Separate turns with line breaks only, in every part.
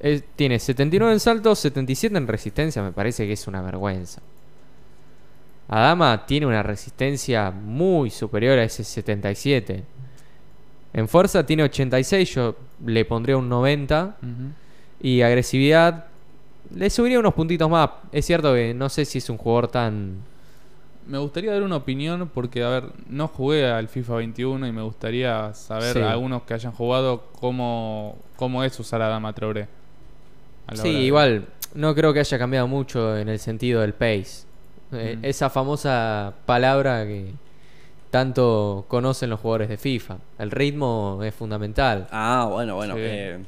Eh, tiene 79 en salto, 77 en resistencia. Me parece que es una vergüenza. Adama tiene una resistencia muy superior a ese 77. En fuerza tiene 86, yo le pondría un 90.
Ujú.
Y agresividad, le subiría unos puntitos más. Es cierto que no sé si es un jugador tan...
Me gustaría dar una opinión porque, a ver, no jugué al FIFA 21 y me gustaría saber
Sí.
a algunos que hayan jugado cómo, cómo es usar a Dama Traoré. a la
Sí,
hora de-
igual, no creo que haya cambiado mucho en el sentido del pace. Eh,
Mm.
Esa famosa palabra que tanto conocen los jugadores de FIFA. El ritmo es fundamental.
Ah, bueno, bueno.
Sí.
eh,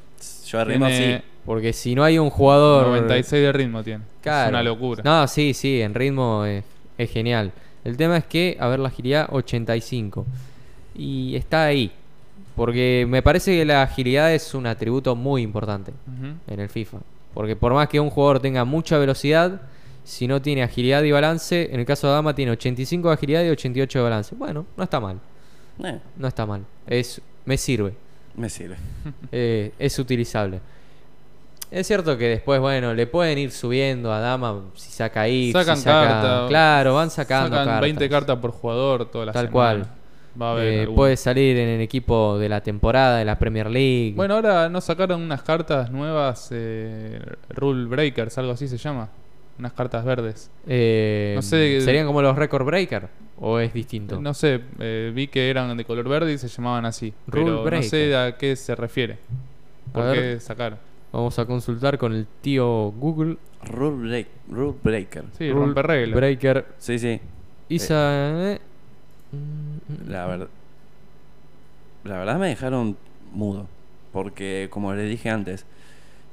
yo arrimo
Tiene
sí.
Porque si no hay un jugador...
96 de ritmo tiene.
Claro.
Es una locura.
No, sí, sí, en ritmo es, es genial. El tema es que, a ver, la agilidad 85. Y está ahí. Porque me parece que la agilidad es un atributo muy importante
Ujú.
en el FIFA. Porque por más que un jugador tenga mucha velocidad, si no tiene agilidad y balance, en el caso de Adama tiene 85 de agilidad y 88 de balance. Bueno, no está mal.
Eh,
No está mal. Es, me sirve.
me sirve.
Eh, es utilizable. Es cierto que después, bueno, le pueden ir subiendo a Dama si saca ahí.
Sacan
si saca-
cartas.
Claro, van sacando
Sacan
cartas.
20 cartas por jugador todas las
Tal cual.
Va a haber
Eh,
alguna.
puede salir en el equipo de la temporada, de la Premier League.
Bueno, ahora no sacaron unas cartas nuevas, eh, Rule Breakers, algo así se llama. Unas cartas verdes.
Eh,
no sé-
¿Serían como los record breaker? ¿O es distinto?
No sé, eh, vi que eran de color verde y se llamaban así.
Rule
pero no
Breaker.
sé a qué se refiere.
A
¿Por
ver.
qué sacaron?
Vamos a consultar con el tío Google.
Rule, break, rule breaker.
Sí,
Rule
romper reglas.
Breaker.
Sí, sí.
Isa. eh. Mm, mm.
La verdad. La verdad me dejaron mudo. Porque, como les dije antes,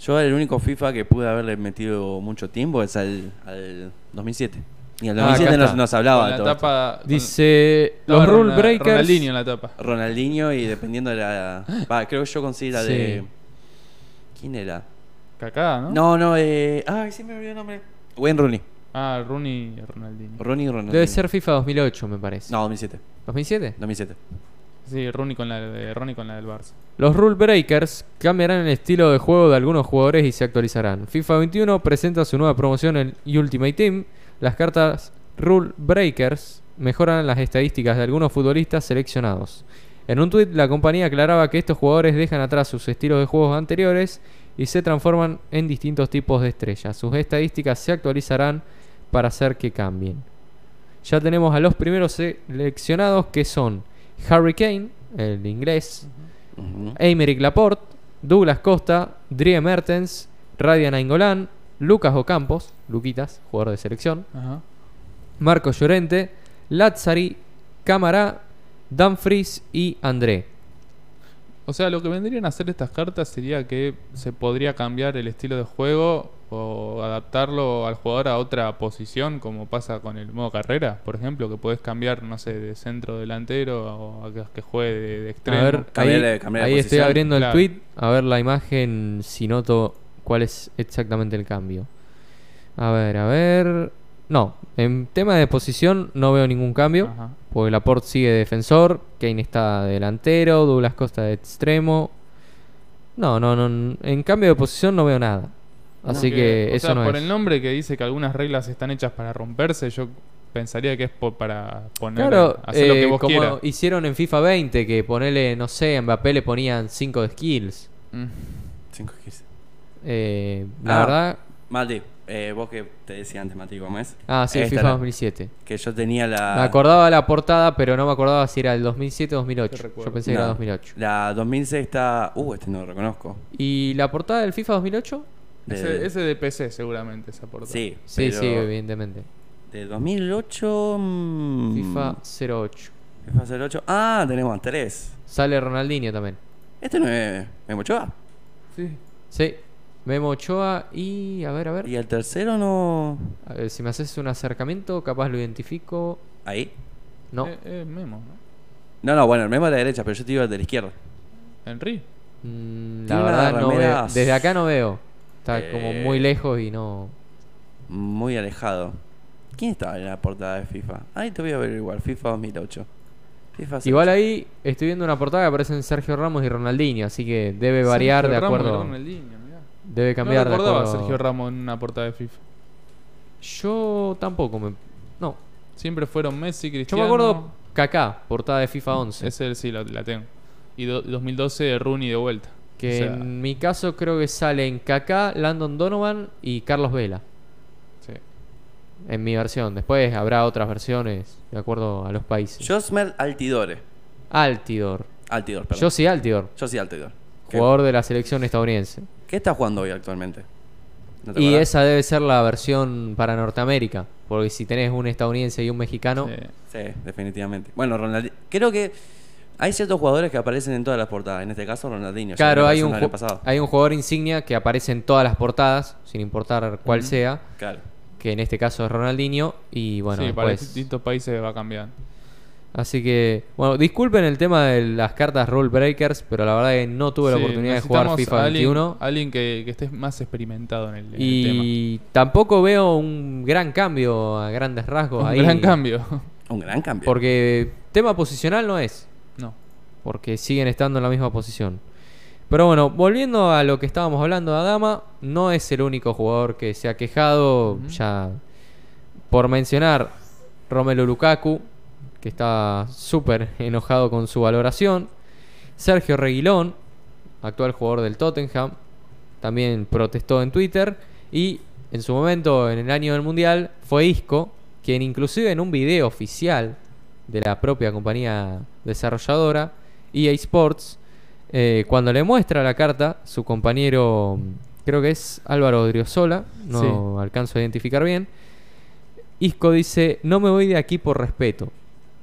yo el único FIFA que pude haberle metido mucho tiempo es al, al 2007. Y al
Ah, acá
2007 nos,
está.
nos
Con
hablaba de
la
todo esto.
tapa. con-
Dice.
estaba
Los rule
Ronal-
breakers.
Ronaldinho en la tapa.
Ronaldinho y dependiendo de la... Va, creo que yo conseguí la
Sí.
de... ¿Quién era?
Cacá, ¿no?
No, no, eh... Ay, sí me olvidó el nombre. Wayne Rooney.
Ah, Rooney y Ronaldinho.
Rooney Ronaldinho.
Debe ser FIFA 2008, me parece.
No, 2007.
¿2007?
2007.
Sí, Rooney con la, de, Rooney con la del Barça.
Los Rule Breakers cambiarán el estilo de juego de algunos jugadores y se actualizarán. FIFA 21 presenta su nueva promoción en Ultimate Team. Las cartas Rule Breakers mejoran las estadísticas de algunos futbolistas seleccionados. En un tuit, la compañía aclaraba que estos jugadores dejan atrás sus estilos de juegos anteriores y se transforman en distintos tipos de estrellas. Sus estadísticas se actualizarán para hacer que cambien. Ya tenemos a los primeros seleccionados que son Harry Kane, el inglés,
Ujú.
Eimerick Laporte, Douglas Costa, Drie Mertens, Radian Aingolán, Lucas Ocampos, Luquitas, jugador de selección,
Ajá.
Marco Llorente, Lazzari, Cámara, Dumfries y André.
O sea, lo que vendrían a hacer estas cartas sería que se podría cambiar el estilo de juego o adaptarlo al jugador a otra posición, como pasa con el modo carrera, por ejemplo, que podés cambiar, no sé, de centro delantero o a que, que juegue de, de extremo.
A ver,
Cambiar
ahí,
de- cambiar de
ahí estoy
posición.
abriendo el
Claro.
tweet, a ver la imagen, si noto cuál es exactamente el cambio. A ver, a ver. No, en tema de posición no veo ningún cambio.
Ajá.
Porque Laporte sigue defensor, Kane está delantero, Douglas Costa de extremo. No, no, no. En cambio de posición no veo nada. Así que
o
eso
sea,
no
por
es.
el nombre que dice que algunas reglas están hechas para romperse, yo pensaría que es por- para poner
Claro,
hacer lo que
eh,
vos
como
quieras.
hicieron en FIFA 20, que ponele, no sé, a Mbappé le ponían 5 de skills.
Mm.
5 15.
Eh, la
Ah.
verdad.
Mati, eh, vos que te decía antes, Mati Gómez.
Ah, sí,
Esta
FIFA
era-
2007.
Que yo tenía
Me
la...
acordaba de la portada, pero no me acordaba si era el 2007 o 2008. Yo
recuerdo.
pensé que
No.
era 2008.
La 2006 está... Uh, este no lo reconozco.
¿Y la portada del FIFA 2008?
Ese, ese de PC seguramente se aporta.
Sí,
Sí,
pero
sí, evidentemente.
De 2008... mm,
FIFA 08.
FIFA 08. Ah, tenemos tres.
Sale Ronaldinho también.
Este no es Ah, Memo Ochoa.
Sí.
Sí. Memo Ochoa y. A ver, a
Y
ver.
el tercero no...
A ver, si me haces un acercamiento, capaz lo identifico.
¿Ahí?
No.
Eh, eh, Memo, ¿no?
No, no, bueno, el Memo es de la derecha, pero yo te digo el de la izquierda.
Henry.
Mm,
tiene
la
una
verdad, no
remera
veo. Desde acá no veo. Está como
Eh.
muy lejos y no.
Muy alejado. ¿Quién estaba en la portada de FIFA? Ahí te voy a averiguar. FIFA 2008. FIFA 08.
Igual ahí estoy viendo una portada que aparecen Sergio Ramos y Ronaldinho, así que debe variar
Sergio
de
Ramos y
acuerdo.
Ronaldinho, mirá.
Debe
No
cambiar. de
recordaba a
acuerdo-
Sergio Ramos en una portada de FIFA.
Yo tampoco me. No.
Siempre fueron Messi,
Yo
Cristiano.
me acuerdo Kaká, portada de FIFA 11.
Ese sí, la, la tengo. Y do- 2012 Rooney de vuelta.
que
O sea,
en mi caso creo que salen Kaká, Landon Donovan y Carlos Vela.
sí.
En mi versión. Después habrá otras versiones de acuerdo a los países.
Josmer Altidore.
Altidor.
Altidor, perdón.
Yo sí, Altidor.
Yo sí, Altidor. ¿Qué,
Jugador de la selección estadounidense.
qué está jugando hoy actualmente? ¿No te
Y
acordás?
esa debe ser la versión para Norteamérica. Porque si tenés un estadounidense y un mexicano.
Sí.
Sí, definitivamente. Bueno, Ronaldinho. Creo que hay ciertos jugadores que aparecen en todas las portadas. En este caso, Ronaldinho. ya
Claro,
me
hay
apareció
un,
el año
ju-
pasado.
hay un jugador insignia que aparece en todas las portadas, sin importar cuál sea,
Claro.
que en este caso es Ronaldinho, y bueno,
Sí, para
después-
distintos países va cambiando.
Así que, bueno, disculpen el tema de las cartas Rule Breakers, pero la verdad que no tuve
Sí,
la oportunidad de jugar
necesitamos
FIFA
a alguien,
21.
Alguien que, que esté más experimentado en el, en el
Y tampoco veo un gran cambio a grandes rasgos
tema. Un
ahí.
gran cambio.
Un gran cambio.
Porque tema posicional no es.
no.
porque siguen estando en la misma posición. Pero bueno, volviendo a lo que estábamos hablando de Adama, no es el único jugador que se ha quejado. Ya por mencionar Romelu Lukaku, que está súper enojado con su valoración. Sergio Reguilón, actual jugador del Tottenham, también protestó en Twitter. Y en su momento, en el año del Mundial, fue Isco, quien inclusive en un video oficial de la propia compañía desarrolladora, EA Sports, eh, cuando le muestra la carta, su compañero, creo que es Álvaro Odriozola, no alcanzo a identificar bien, Isco dice, no me voy de aquí por respeto.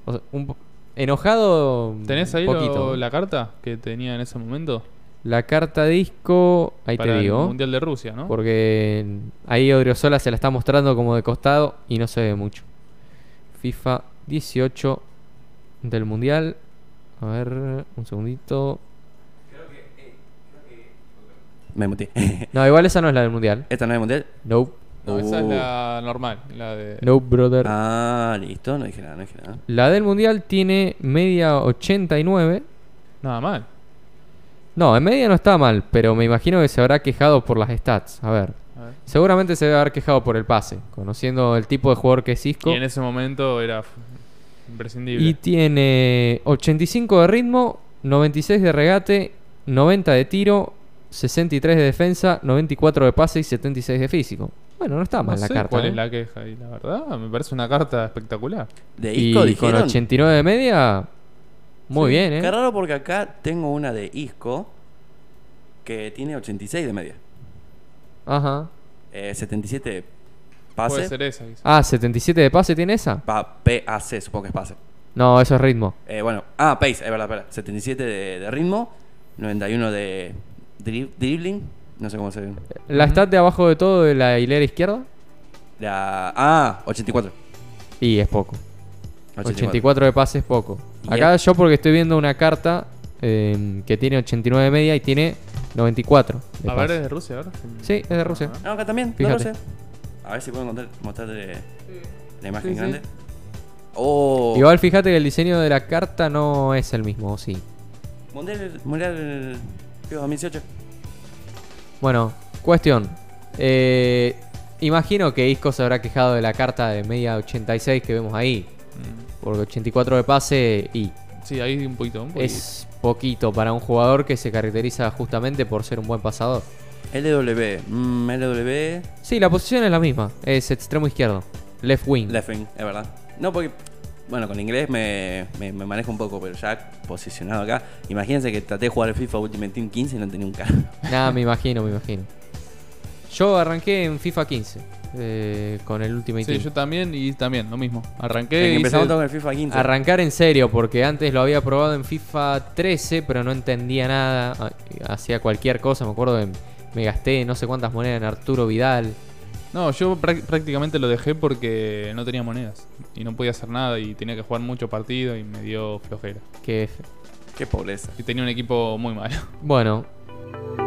O sea, un po- enojado
¿Tenés ahí lo-
poquito.
la carta que tenía en ese momento?
La carta de Isco, ahí
para
te
el
digo,
Mundial de Rusia, ¿no?
porque ahí Odriozola se la está mostrando como de costado y no se ve mucho. FIFA 18 del Mundial. A ver, un segundito.
Me muté.
No, igual esa no es la del Mundial.
¿Esta no es mundial?
Nope.
No, esa es
Uh.
la normal, la de...
Nope, brother.
Ah, listo. No dije nada, no dije nada.
La del Mundial tiene media 89.
Nada mal.
No, en media no está mal, pero me imagino que se habrá quejado por las stats. A ver.
A ver.
Seguramente se debe haber quejado por el pase, conociendo el tipo de jugador que es Isco.
Y en ese momento era f- imprescindible.
Y tiene 85 de ritmo, 96 de regate, 90 de tiro, 63 de defensa, 94 de pase y 76 de físico. Bueno, no está
no
mal la
sé
carta.
cuál
¿eh?
es la queja. Y la verdad, me parece una carta espectacular.
De
Y
Isco
con
dijeron.
89 de media, muy bien, ¿eh?
Qué raro porque acá tengo una de Isco que tiene 86 de media.
Ajá.
Eh, 77
Puede
pase.
ser esa, quizás.
Ah, 77 de pase tiene esa.
Pa, PAC, supongo que es pase.
No, eso es ritmo.
Eh, bueno, ah, pace, es verdad, verdad. 77 de, de ritmo, 91 de drib- dribbling, no sé cómo se ve.
La stat de abajo de todo de la hilera izquierda
La, ah, 84.
y es poco.
84.
84 de pase es poco.
Y
Acá yo porque estoy viendo una carta eh, que tiene 89 de media y tiene 94 de Ah,
A ver, Ah,
pase.
es de Rusia, ¿verdad?
Sí, es de Rusia.
No, acá también, no
Fíjate.
lo sé. A ver si puedo encontrar, mostrarte la imagen
Sí, sí.
grande. Oh,
Igual fíjate que el diseño de la carta no es el mismo, ¿o sí.
Mundial, mundial creo, 2018.
Bueno, cuestión. Eh, imagino que Isco se habrá quejado de la carta de media 86 que vemos ahí.
Mm.
Porque 84 de pase y
Sí, ahí un poquito. Un poquito.
es poquito para un jugador que se caracteriza justamente por ser un buen pasador.
LW, mm, LW,
Sí, la posición es la misma. Es extremo izquierdo. Left wing.
left wing, es verdad. No, porque, bueno, con inglés me, me, me manejo un poco, pero ya posicionado acá. Imagínense que traté de jugar el FIFA Ultimate Team 15 y no tenía un carro.
Nada, me imagino, me imagino. Yo arranqué en FIFA 15 eh, con el Ultimate
Sí,
Team.
yo también y también, lo mismo.
Es
Arranqué.
que
hice-
empezamos todo con el FIFA 15.
Arrancar en serio, porque antes lo había probado en FIFA 13, pero no entendía nada, ha- hacía cualquier cosa, me acuerdo de, me gasté no sé cuántas monedas en Arturo Vidal.
No, yo prá- prácticamente lo dejé porque no tenía monedas y no podía hacer nada y tenía que jugar mucho partido y me dio flojera.
Que
Qué pobreza.
Y tenía un equipo muy malo.
bueno.